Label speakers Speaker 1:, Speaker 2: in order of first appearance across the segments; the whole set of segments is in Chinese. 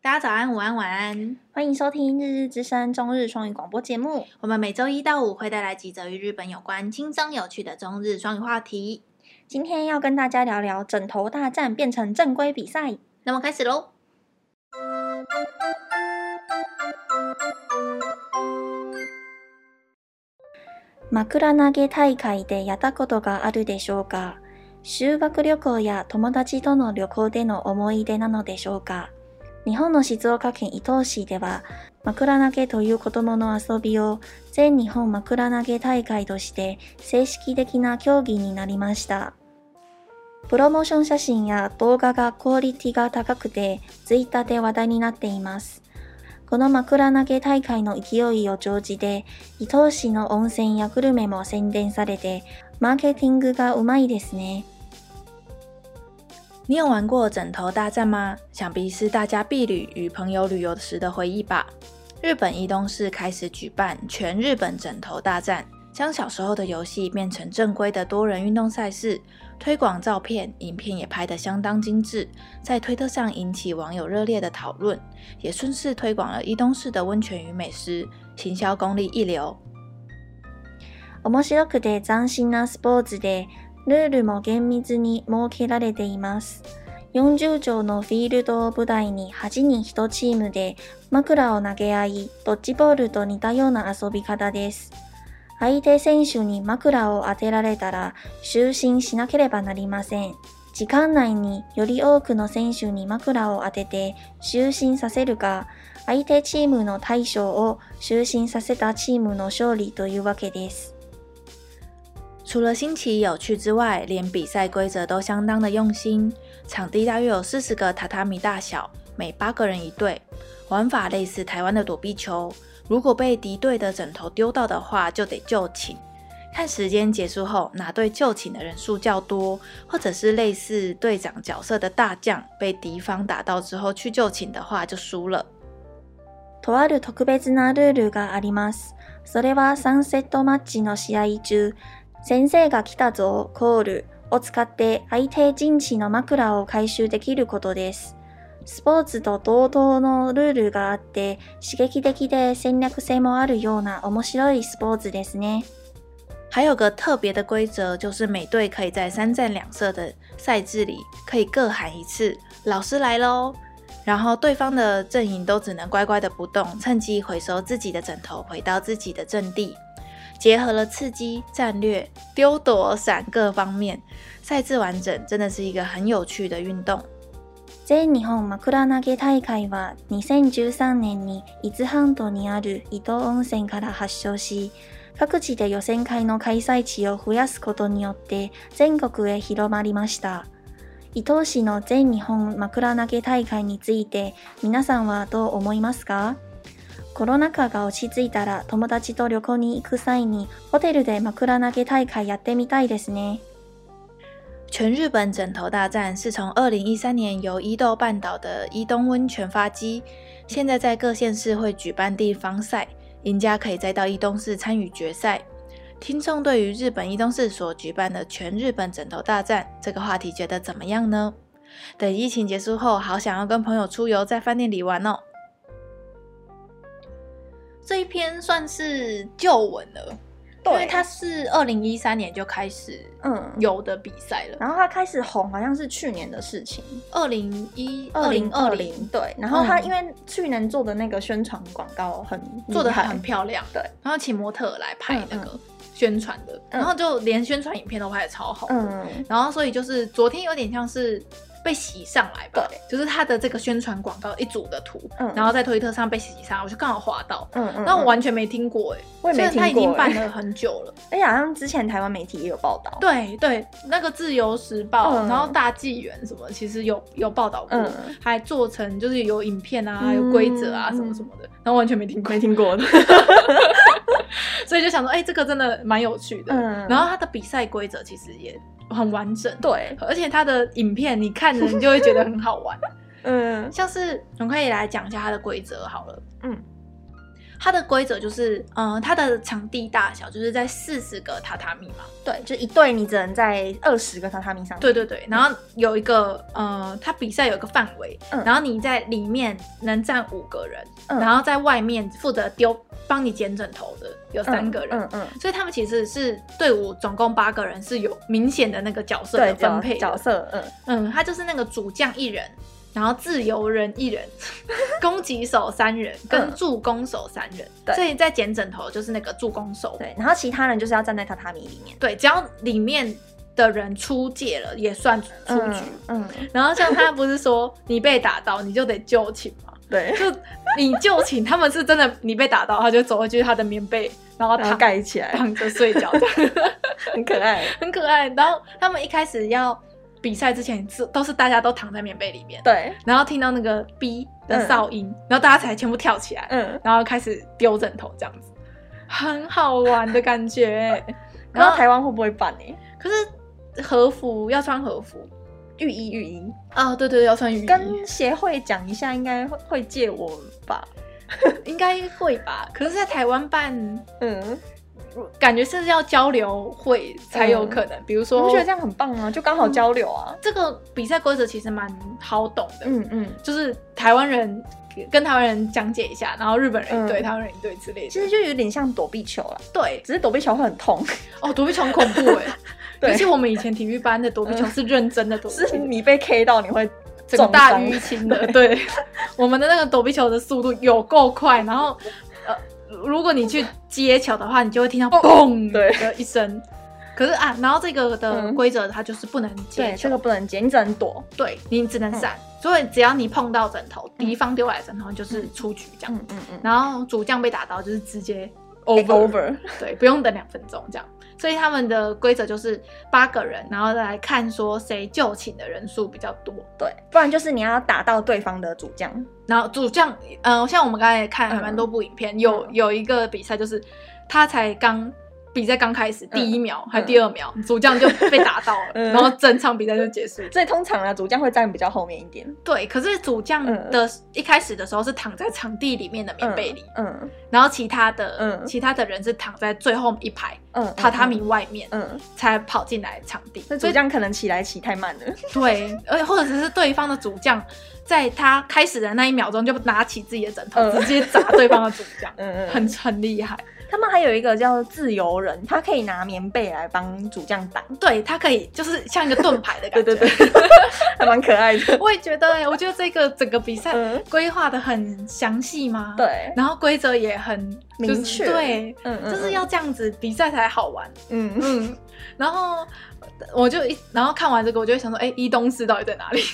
Speaker 1: 大家早安、午安、晚安。
Speaker 2: 欢迎收听《日日之声》中日双语广播节目。
Speaker 1: 我们每周一到五会带来几则与日本有关、轻松有趣的中日双语话题。
Speaker 2: 今天要跟大家聊聊枕头大战变成正规比赛。
Speaker 1: 那么开始喽。
Speaker 2: 枕投げ大会でやったことがあるでしょうか修学旅行や友達との旅行での思い出なのでしょうか日本の静岡県伊東市では枕投げという子供の遊びを全日本枕投げ大会として正式的な競技になりました。プロモーション写真や動画がクオリティが高くてツイッターで話題になっています。この枕投げ大会の勢いを乗じて伊東市の温泉やグルメも宣伝されてマーケティングがうまいですね。
Speaker 1: 你有玩过枕头大战吗？想必是大家避旅与朋友旅游时的回忆吧。日本移动市开始举办全日本枕头大战，将小时候的游戏变成正规的多人运动赛事，推广照片、影片也拍得相当精致，在推特上引起网友热烈的讨论，也顺势推广了移动市的温泉与美食，行销功力一流。
Speaker 2: 面白くて斬新なスポーツで、ルールも厳密に設けられています。40畳のフィールドを舞台に8人1チームで枕を投げ合い、ドッジボールと似たような遊び方です。相手選手に枕を当てられたら就寝しなければなりません。時間内により多くの選手に枕を当てて就寝させるか、相手チームの大将を就寝させたチームの勝利というわけです。
Speaker 1: 除了新奇有趣之外，连比赛规则都相当的用心。场地大约有四十个榻榻米大小，每八个人一队。玩法类似台湾的躲避球，如果被敌对的枕头丢到的话，就得就寝。看时间结束后，哪队就寝的人数较多，或者是类似队长角色的大将被敌方打到之后去就寝的话，就输了。
Speaker 2: とある特別なルールがあります。それは3セットマッチの試合中、先生が来たぞコールを使って相手陣地の枕を回収できることです。スポーツと同等のルールがあって刺激的で戦略性もあるような面白いスポーツですね。
Speaker 1: 还有个特别的规则，就是每队可以在三战两胜的赛制里，可以各喊一次“老师来喽”，然后对方的阵营都只能乖乖的不动，趁机回收自己的枕头，回到自己的阵地。结合了刺激、战略、丢躲、闪各方面，赛制完整，真的是一个很有趣的运动。
Speaker 2: 全日本枕投げ大会は2013年に伊豆半島にある伊東温泉から発祥し、各地で予選会の開催地を増やすことによって全国へ広まりました。伊東市の全日本枕投げ大会について皆さんはどう思いますかコロナ禍が落ち着いたら友達と旅行に行く際にホテルで枕投げ大会やってみたいですね。
Speaker 1: 全日本枕头大战是从二零一三年由伊豆半岛的伊东温泉发迹，现在在各县市会举办地方赛，赢家可以再到伊东市参与决赛。听众对于日本伊东市所举办的全日本枕头大战这个话题觉得怎么样呢？等疫情结束后，好想要跟朋友出游，在饭店里玩哦。这一篇算是旧闻了，因为它是二零一三年就开始
Speaker 2: 嗯
Speaker 1: 有的比赛了。
Speaker 2: 然后他开始红，好像是去年的事情，
Speaker 1: 二零一
Speaker 2: 二
Speaker 1: 二
Speaker 2: 零
Speaker 1: 零
Speaker 2: 二
Speaker 1: 二
Speaker 2: 零
Speaker 1: 零
Speaker 2: 对。然后他
Speaker 1: 嗯
Speaker 2: 因为去年做的那个宣传广告很
Speaker 1: 做的
Speaker 2: 厉害
Speaker 1: 很漂亮，
Speaker 2: 对，
Speaker 1: 然后请模特儿来拍
Speaker 2: 嗯
Speaker 1: 那个宣传的，
Speaker 2: 嗯
Speaker 1: 然后就连宣传影片都拍的超好的，
Speaker 2: 嗯，
Speaker 1: 然后所以就是昨天有点像是被洗上来吧，
Speaker 2: 对，
Speaker 1: 就是他的这个宣传广告一组的图，
Speaker 2: 嗯
Speaker 1: 然后在推特上被洗上来，我就刚好滑到。
Speaker 2: 嗯嗯，
Speaker 1: 那我
Speaker 2: 嗯，
Speaker 1: 完全没听过哎、
Speaker 2: 我也
Speaker 1: 虽
Speaker 2: 没
Speaker 1: 然
Speaker 2: 听
Speaker 1: 他已
Speaker 2: 过，
Speaker 1: 经
Speaker 2: 欸
Speaker 1: 办了很久 了，
Speaker 2: 而哎且好像之前台湾媒体也有报道，
Speaker 1: 对对，那个《自由时报》
Speaker 2: 嗯
Speaker 1: 然后《大纪元》什么，其实有有报道过，
Speaker 2: 嗯，
Speaker 1: 还做成就是有影片啊、
Speaker 2: 嗯
Speaker 1: 有规则啊什么什么的，然后完全没听过，
Speaker 2: 没听过的，
Speaker 1: 所以就想说，哎、这个真的蛮有趣的。
Speaker 2: 嗯
Speaker 1: 然后它的比赛规则其实也很完整，
Speaker 2: 对，
Speaker 1: 而且它的影片你看着你就会觉得很 好玩。
Speaker 2: 嗯
Speaker 1: 像是我们可以来讲一下它的规则好了。
Speaker 2: 嗯，
Speaker 1: 它的规则就是，嗯、它的场地大小就是在四十个榻榻米嘛。
Speaker 2: 对，就一队你只能在二十个榻榻米上。
Speaker 1: 对对对，然后有一个呃，它比赛有一个范围，
Speaker 2: 嗯
Speaker 1: 然后你在里面能站五个人，
Speaker 2: 嗯
Speaker 1: 然后在外面负责丢帮你捡枕头的有
Speaker 2: 嗯，
Speaker 1: 三个人。
Speaker 2: 嗯嗯，
Speaker 1: 所以他们其实是队伍总共八个人是有明显的那个角色
Speaker 2: 对
Speaker 1: 的
Speaker 2: 角
Speaker 1: 分配的
Speaker 2: 角色，嗯，
Speaker 1: 嗯，他就是那个主将一人，然后自由人一人，攻击手三人，跟
Speaker 2: 嗯
Speaker 1: 助攻手三人。
Speaker 2: 对
Speaker 1: 所以在捡枕头就是那个助攻手。
Speaker 2: 对，然后其他人就是要站在榻榻米里面。
Speaker 1: 对只要里面的人出界了，也算出出局。
Speaker 2: 嗯，
Speaker 1: 然后像他不是说你被打到你就得就寝吗？
Speaker 2: 对，
Speaker 1: 就你就寝，他们是真的你被打到，他就走回去他的棉被，然后
Speaker 2: 然后
Speaker 1: 躺
Speaker 2: 盖 起来，
Speaker 1: 躺着睡觉，这样
Speaker 2: 很可爱。
Speaker 1: 很可爱。然后他们一开始要比赛之前是都是大家都躺在棉被里面，
Speaker 2: 对，
Speaker 1: 然后听到那个 B 的哨音，然后大家才全部跳起来，
Speaker 2: 嗯，
Speaker 1: 然后开始丢枕头这样子，很好玩的感觉。
Speaker 2: 不知道台湾会不会办呢？
Speaker 1: 可是和服要穿和服
Speaker 2: 浴衣浴衣，
Speaker 1: 哦，对对，对要穿浴衣，
Speaker 2: 跟协会讲一下，应该会会借我吧？
Speaker 1: 应该会吧？可是，在台湾办，
Speaker 2: 嗯，
Speaker 1: 感觉是要交流会才有可能。比如
Speaker 2: 你
Speaker 1: 说，
Speaker 2: 不觉得这样很棒吗？就刚好交流啊。
Speaker 1: 这个比赛规则其实蛮好懂的，
Speaker 2: 嗯嗯，
Speaker 1: 就是台湾人跟台湾人讲解一下，然后日本人一队，
Speaker 2: 嗯
Speaker 1: 台湾人一队之类的。
Speaker 2: 其实就有点像躲避球啦，
Speaker 1: 对
Speaker 2: 只是躲避球会很痛，
Speaker 1: 哦，躲避球很恐怖哎、
Speaker 2: 对
Speaker 1: 尤其我们以前体育班的躲 避球是认真的躲避
Speaker 2: 是
Speaker 1: 球，
Speaker 2: 你被 K 到你会
Speaker 1: 整个
Speaker 2: 肿
Speaker 1: 大
Speaker 2: 伤。
Speaker 1: 淤青的。对， 我们的那个躲避球的速度有够快，然后呃，如果你去接球的话，你就会听到嘣
Speaker 2: 哦对
Speaker 1: 的一声。可是啊，然后这个的
Speaker 2: 嗯
Speaker 1: 规则它就是不能接
Speaker 2: 对，
Speaker 1: 球，
Speaker 2: 这个嗯不能接，你只能躲。
Speaker 1: 对你只能闪，所以只要你碰到枕头，敌方丢来的枕头就是出局这样。
Speaker 2: 嗯嗯嗯
Speaker 1: 然后主将被打到就是直接哎
Speaker 2: ，take over。
Speaker 1: 对，不用等两分钟这样。所以他们的规则就是八个人，然后来看说谁就寝的人数比较多。
Speaker 2: 对，不然就是你要打到对方的主将。
Speaker 1: 然后主将，嗯、呃，像我们刚才看还蛮多部影片，有
Speaker 2: 嗯
Speaker 1: 有一个比赛就是他才刚比赛刚开始第一秒、还是第二秒，主将就被打到了，
Speaker 2: 嗯
Speaker 1: 然后整场比赛就结束。
Speaker 2: 所以通常啊，主将会站比较后面一点，
Speaker 1: 对，可是主将的、一开始的时候是躺在场地里面的棉被里，
Speaker 2: 嗯
Speaker 1: 然后其他的、
Speaker 2: 嗯
Speaker 1: 其他的人是躺在最后一排
Speaker 2: 嗯，
Speaker 1: 榻榻米，外面、
Speaker 2: 嗯，
Speaker 1: 才跑进来场地，
Speaker 2: 那主将可能起来起太慢了，嗯
Speaker 1: 对，而且或者是对方的主将，在他开始的那一秒钟就拿起自己的枕头，
Speaker 2: 嗯，
Speaker 1: 直接砸对方的主将
Speaker 2: 嗯
Speaker 1: 很很厉害。
Speaker 2: 他们还有一个叫自由人，他可以拿棉被来帮主将挡，
Speaker 1: 对他可以就是像一个盾牌的感
Speaker 2: 对
Speaker 1: 觉。
Speaker 2: 对对，还蛮可爱的，
Speaker 1: 我也觉得、欸，我觉得这个整个比赛
Speaker 2: 嗯，
Speaker 1: 规划的很详细嘛，，
Speaker 2: 对，
Speaker 1: 然后规则也很、就是、
Speaker 2: 明确
Speaker 1: 对。
Speaker 2: 嗯嗯，
Speaker 1: 就是要这样子比赛才好玩，
Speaker 2: 嗯嗯
Speaker 1: 嗯，然后呃我就一，然后看完这个，我就会想说，哎、伊东市到底在哪里？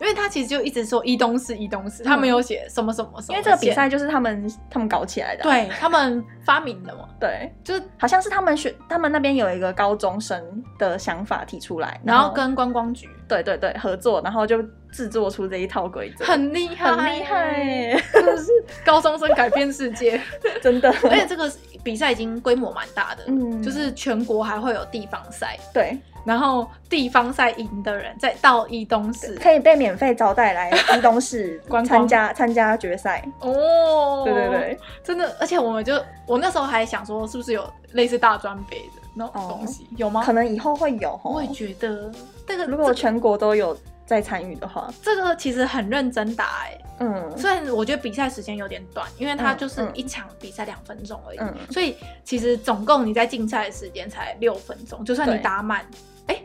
Speaker 1: 因为他其实就一直说伊东市，伊东市，他没有写什么什么什么，
Speaker 2: 嗯因为这个比赛就是他们他们搞起来的啊，
Speaker 1: 对他们发明的嘛，
Speaker 2: 对，
Speaker 1: 就是
Speaker 2: 好像是他们学他们那边有一个高中生的想法提出来，
Speaker 1: 然后跟观光局
Speaker 2: 对对对合作，然后就制作出这一套规则，
Speaker 1: 很厉害，
Speaker 2: 很厉害，
Speaker 1: 真的是高中生改变世 界。
Speaker 2: 真 的，
Speaker 1: 而且这个比赛已经规模蛮大的，
Speaker 2: 嗯
Speaker 1: 就是全国还会有地方赛，
Speaker 2: 对，
Speaker 1: 然后地方赛赢的人再到伊东市。
Speaker 2: 可以被免费招待来移东市
Speaker 1: 观光
Speaker 2: 参加参加决赛。
Speaker 1: 哦，
Speaker 2: 对对，对，
Speaker 1: 真的，而且我们就我那时候还想说，是不是有类似大专杯的那种东西，有吗
Speaker 2: 哦可？能以后会有
Speaker 1: 我
Speaker 2: 吼
Speaker 1: 也。觉得这个
Speaker 2: 如果
Speaker 1: 这
Speaker 2: 全国都有在参与的话，
Speaker 1: 这个其实很认真打哎、欸，
Speaker 2: 嗯
Speaker 1: 虽然我觉得比赛时间有点短，因为它
Speaker 2: 嗯
Speaker 1: 就是
Speaker 2: 嗯
Speaker 1: 一场比赛两分钟而已，
Speaker 2: 嗯
Speaker 1: 所以其实总共你在竞赛的时间才六分钟，就算你
Speaker 2: 对
Speaker 1: 打满，哎、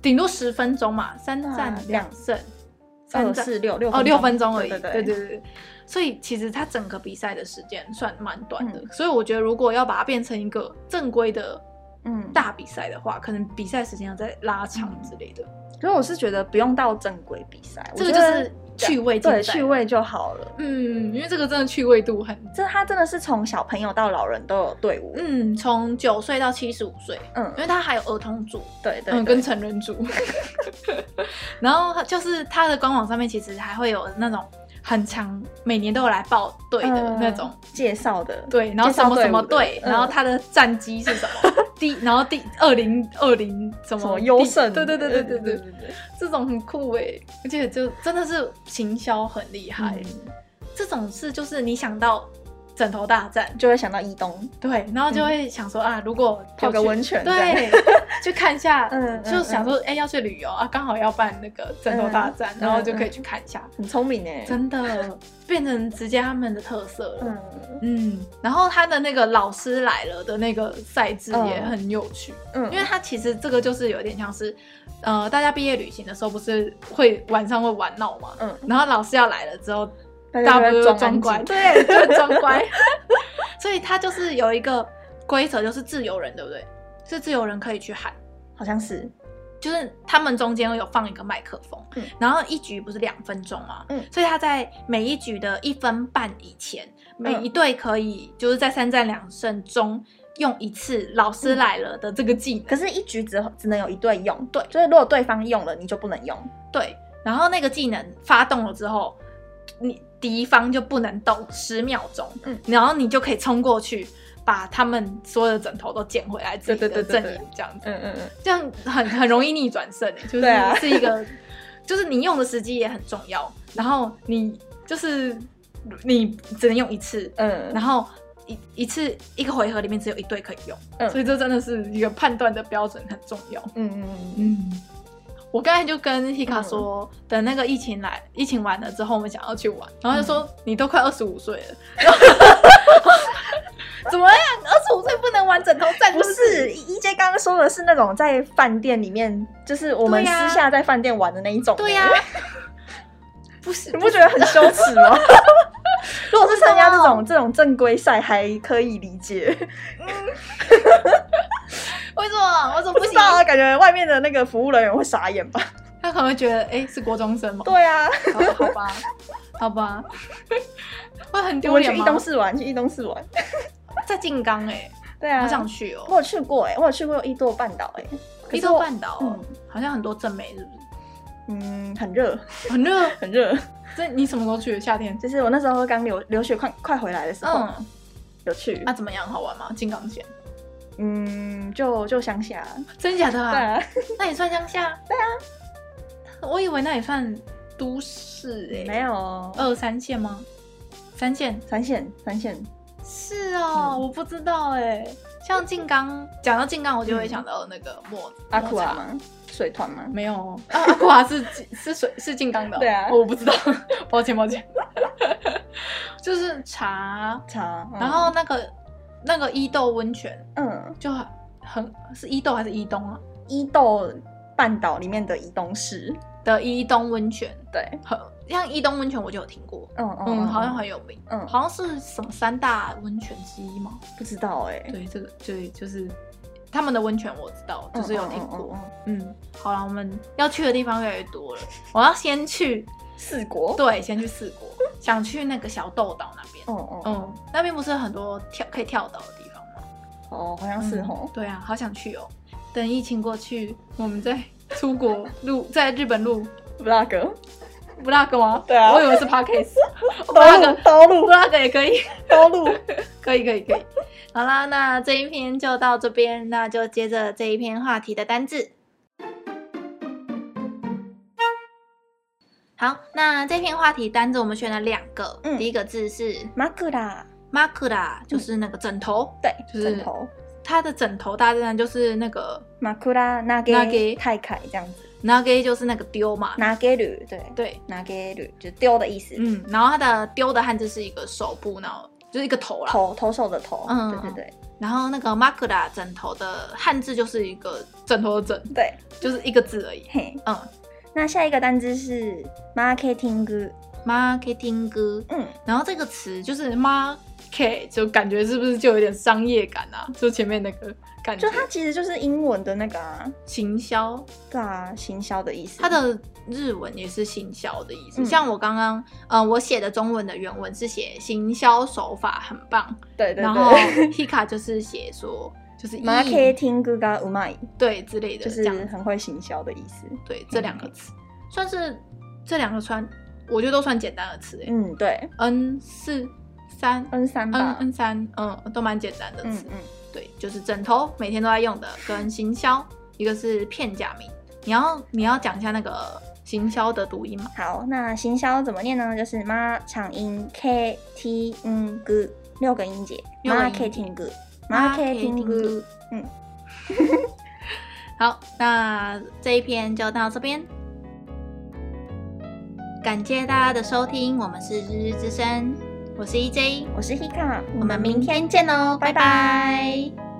Speaker 1: 顶多十分钟嘛，三
Speaker 2: 那
Speaker 1: 战两
Speaker 2: 两
Speaker 1: 胜，
Speaker 2: 二
Speaker 1: 三战
Speaker 2: 四六六
Speaker 1: 哦六分钟而已，
Speaker 2: 对对
Speaker 1: 对
Speaker 2: 对
Speaker 1: 对对所以其实它整个比赛的时间算蛮短的，
Speaker 2: 嗯
Speaker 1: 所以我觉得如果要把它变成一个正规的
Speaker 2: 嗯。
Speaker 1: 大比赛的话，可能比赛时间要再拉长之类的，
Speaker 2: 所以我是觉得不用到正规比赛，
Speaker 1: 这个
Speaker 2: 我
Speaker 1: 就
Speaker 2: 觉得
Speaker 1: 是趣味竞赛啊
Speaker 2: 对趣。味就好了。
Speaker 1: 嗯，因为这个真的趣味度很
Speaker 2: 这他真的是从小朋友到老人都有队伍，
Speaker 1: 嗯，从九岁到七十五岁，
Speaker 2: 嗯
Speaker 1: 因，为他还有儿童组，
Speaker 2: 对对
Speaker 1: 嗯，
Speaker 2: 对
Speaker 1: 跟成人组。 然后它就是他的官网上面其实还会有那种很长，每年都有来报队的
Speaker 2: 嗯
Speaker 1: 那种。
Speaker 2: 介绍的，
Speaker 1: 对，然后
Speaker 2: 介
Speaker 1: 什
Speaker 2: 绍
Speaker 1: 么什么
Speaker 2: 队伍的
Speaker 1: 队，
Speaker 2: 嗯
Speaker 1: 然后他的战绩是什么？ 第，然后第二零二零什
Speaker 2: 什
Speaker 1: 么嗯
Speaker 2: 么优
Speaker 1: 第
Speaker 2: 胜，嗯
Speaker 1: 对对对对对
Speaker 2: 对
Speaker 1: 对，这种很酷哎，而且就真的是行销很厉害。
Speaker 2: 嗯
Speaker 1: 这种事就是你想到枕头大战，
Speaker 2: 就会想到伊东
Speaker 1: 对，然后就会想说、啊，如果
Speaker 2: 泡嗯个
Speaker 1: 有去
Speaker 2: 温泉这样，
Speaker 1: 对， 去看一下，
Speaker 2: 嗯嗯
Speaker 1: 就想说，哎、要去旅游啊，刚好要办那个枕头大战，
Speaker 2: 嗯
Speaker 1: 然后就可以去看一下，
Speaker 2: 很聪明哎，
Speaker 1: 真的变成直接他们的特色了。嗯
Speaker 2: 嗯
Speaker 1: 然后他的那个老师来了的那个赛制也很有趣，
Speaker 2: 嗯，
Speaker 1: 因为他其实这个就是有点像是，呃，大家毕业旅行的时候不是会晚上会玩闹嘛，
Speaker 2: 嗯
Speaker 1: 然后老师要来了之后，
Speaker 2: 大
Speaker 1: 大
Speaker 2: 家
Speaker 1: 家
Speaker 2: 都
Speaker 1: 都
Speaker 2: 会
Speaker 1: 装
Speaker 2: 安
Speaker 1: 乖，
Speaker 2: 静
Speaker 1: 对，就会装乖， 所以他就是有一个规则，就是自由人，对不对？是自由人可以去喊。
Speaker 2: 好像是，
Speaker 1: 就是他们中间有放一个麦克风，
Speaker 2: 嗯
Speaker 1: 然后一局不是两分钟吗？
Speaker 2: 嗯
Speaker 1: 所以他在每一局的一分半以前，每
Speaker 2: 嗯
Speaker 1: 一队可以就是在三战两胜中用一次老
Speaker 2: 嗯
Speaker 1: 师来了的这个技能，
Speaker 2: 可是，一局只只能有一对用，
Speaker 1: 对
Speaker 2: 就是如果对方用了，你就不能用，
Speaker 1: 对，然后那个技能发动了之后，你敌方就不能动十秒钟，
Speaker 2: 嗯
Speaker 1: 然后你就可以冲过去。把他们所有的枕头都捡回来自己
Speaker 2: 对对
Speaker 1: 的
Speaker 2: 对对
Speaker 1: 阵营，这样子。
Speaker 2: 嗯嗯嗯，
Speaker 1: 这样很很容易逆转胜欸，就是、
Speaker 2: 对啊
Speaker 1: 是一个，就是你用的时机也很重要，然后你就是你只能用一次，
Speaker 2: 嗯，
Speaker 1: 然后一一次一个回合里面只有一对可以用，
Speaker 2: 嗯
Speaker 1: 所以这真的是一个判断的标准很重要。
Speaker 2: 嗯嗯嗯，
Speaker 1: 嗯，我刚才就跟 Hika 说，等那个疫情来，疫情完了之后，我们想要去玩，然后就说、
Speaker 2: 嗯
Speaker 1: 你都快二十五岁 了，怎么样？二十五岁不能玩枕头战？
Speaker 2: 哎不
Speaker 1: 就是
Speaker 2: 一 J 刚刚说的是那种在饭店里面，就是我们
Speaker 1: 对呀
Speaker 2: 私下在饭店玩的那一种，
Speaker 1: 对呀、
Speaker 2: 欸
Speaker 1: 不是
Speaker 2: 你 不觉得很羞耻吗？如果是参加这种这种正规赛，还可以理解。
Speaker 1: 为什么？我怎么
Speaker 2: 不
Speaker 1: 不
Speaker 2: 知
Speaker 1: 行？
Speaker 2: 道啊，感觉外面的那个服务人员会傻眼吧？
Speaker 1: 他可能会觉得，哎、是国中生吗？
Speaker 2: 对啊，
Speaker 1: 好好吧，好吧，会很
Speaker 2: 我
Speaker 1: 丢
Speaker 2: 们去
Speaker 1: 脸
Speaker 2: 一
Speaker 1: 吗？
Speaker 2: 东市玩，去一东市玩。
Speaker 1: 在静冈哎，
Speaker 2: 对啊，
Speaker 1: 好想去哦、
Speaker 2: 我有去过哎、我有去过伊豆半岛哎、可
Speaker 1: 伊
Speaker 2: 是我
Speaker 1: 豆半岛、哦
Speaker 2: 嗯
Speaker 1: 好像很多正妹是不是？
Speaker 2: 嗯，很热，
Speaker 1: 很热，
Speaker 2: 很热。
Speaker 1: 这你什么时候去的？夏天？
Speaker 2: 就是我那时候刚留留学快快回来的时候、
Speaker 1: 嗯，啊
Speaker 2: 有去
Speaker 1: 那、，怎么样？好玩吗？金刚线？
Speaker 2: 嗯，就就乡下，
Speaker 1: 真假的
Speaker 2: 对
Speaker 1: 啊？
Speaker 2: 啊，
Speaker 1: 那也算乡下？对啊，我以为那也算都市哎、
Speaker 2: 没有哦
Speaker 1: 二三线吗？三线
Speaker 2: 三线三线，
Speaker 1: 是哦，
Speaker 2: 嗯
Speaker 1: 我不知道哎、像静冈，讲到静冈，我就会想到那个墨
Speaker 2: 阿库
Speaker 1: 啊
Speaker 2: 啊。吗？水团吗？
Speaker 1: 没有哦 啊，阿库瓦是是水是静冈的哦、
Speaker 2: 对啊
Speaker 1: 哦我不知道， 抱歉抱歉， 就是茶，
Speaker 2: 茶，嗯
Speaker 1: 然后那个、那个伊豆温泉
Speaker 2: 嗯，
Speaker 1: 就很很是伊豆还是伊东啊
Speaker 2: 伊豆半岛里面的伊东市，
Speaker 1: 的伊东温泉，
Speaker 2: 对，
Speaker 1: 很像伊东温泉我就有听过，
Speaker 2: 嗯
Speaker 1: 嗯，好像很有名，
Speaker 2: 嗯
Speaker 1: 好像是什么三大温泉之一吗？
Speaker 2: 不知道哎、
Speaker 1: 对，这个对就是他们的温泉我知道，就是有听过，
Speaker 2: 嗯嗯嗯嗯
Speaker 1: 嗯，好了，我们要去的地方越来越多了，我要先去。
Speaker 2: 四国，
Speaker 1: 对，先去四 国，想去那个小豆岛那边。
Speaker 2: 嗯嗯嗯，
Speaker 1: 嗯，那边不是很多跳可以跳岛的地方吗？
Speaker 2: 哦，好像是
Speaker 1: 嗯
Speaker 2: 哦，
Speaker 1: 对啊，好想去哦。等疫情过去，我们再出国录，在日本录
Speaker 2: vlog，
Speaker 1: vlog 吗？
Speaker 2: 对啊
Speaker 1: 我以为是 podcast。
Speaker 2: 刀
Speaker 1: vlog
Speaker 2: 路刀路
Speaker 1: vlog 也可以，
Speaker 2: 刀路，
Speaker 1: 可以，可以，可以。好啦，那这一篇就到这边，那就接着这一篇话题的单字。好，那这篇话题单字我们选了两个，
Speaker 2: 嗯
Speaker 1: 第一个字是
Speaker 2: 马克啦，
Speaker 1: 马克啦，就是那个枕头，
Speaker 2: 对，
Speaker 1: 就是
Speaker 2: 枕头，
Speaker 1: 它的枕头大战就是那个
Speaker 2: 马克拉拿
Speaker 1: 投
Speaker 2: 给
Speaker 1: げ
Speaker 2: 太凯这样子，
Speaker 1: 拿给就是那个丢嘛，
Speaker 2: 拿给吕对
Speaker 1: 对，
Speaker 2: 拿给吕就丢的意思，
Speaker 1: 嗯，然后它的丢的汉字是一个手部，然后就是一个头啦，
Speaker 2: 投投手的投，
Speaker 1: 嗯
Speaker 2: 对对对
Speaker 1: 然后那个马克啦枕头的汉字就是一个枕头的枕，
Speaker 2: 对，
Speaker 1: 就是一个字而已，
Speaker 2: 嘿，
Speaker 1: 嗯
Speaker 2: 那下一个单字是 marketing，
Speaker 1: ，marketing，
Speaker 2: 嗯，
Speaker 1: 然后这个词就是 market，就感觉是不是就有点商业感啊？就前面那个感觉
Speaker 2: 就，它其实就是英文的那个啊，
Speaker 1: 行销，
Speaker 2: 对啊，行销的意思，
Speaker 1: 它的日文也是行销的意思。
Speaker 2: 嗯
Speaker 1: 像我刚刚，呃，我写的中文的原文是写行销手法很棒，
Speaker 2: 对对
Speaker 1: 然 后
Speaker 2: 对
Speaker 1: Hika 就是写说就是意
Speaker 2: ，marketing がうまい，
Speaker 1: 对之类的，这
Speaker 2: 就是
Speaker 1: 样子
Speaker 2: 很会行销的意思，
Speaker 1: 对这两个
Speaker 2: 嗯
Speaker 1: 词算是这两个算我觉得都算简单的词诶、
Speaker 2: 嗯，对
Speaker 1: n 四三
Speaker 2: ，N 三
Speaker 1: n
Speaker 2: 吧，
Speaker 1: n 三嗯都蛮简单的词
Speaker 2: 嗯，嗯，
Speaker 1: 对，就是枕头每天都在用的跟行销，一个是片假名，你要你要讲一下那个行销的读音吗？
Speaker 2: 好，那行销怎么念呢？就是 ma 长音 k t n g，六个音节
Speaker 1: 六个音节
Speaker 2: ，marketing marketing
Speaker 1: 好，那这一篇就到这边，感谢大家的收听，我们是日日之声，我是 EJ，
Speaker 2: 我是 Hika，
Speaker 1: 哦我们明天见喽，拜拜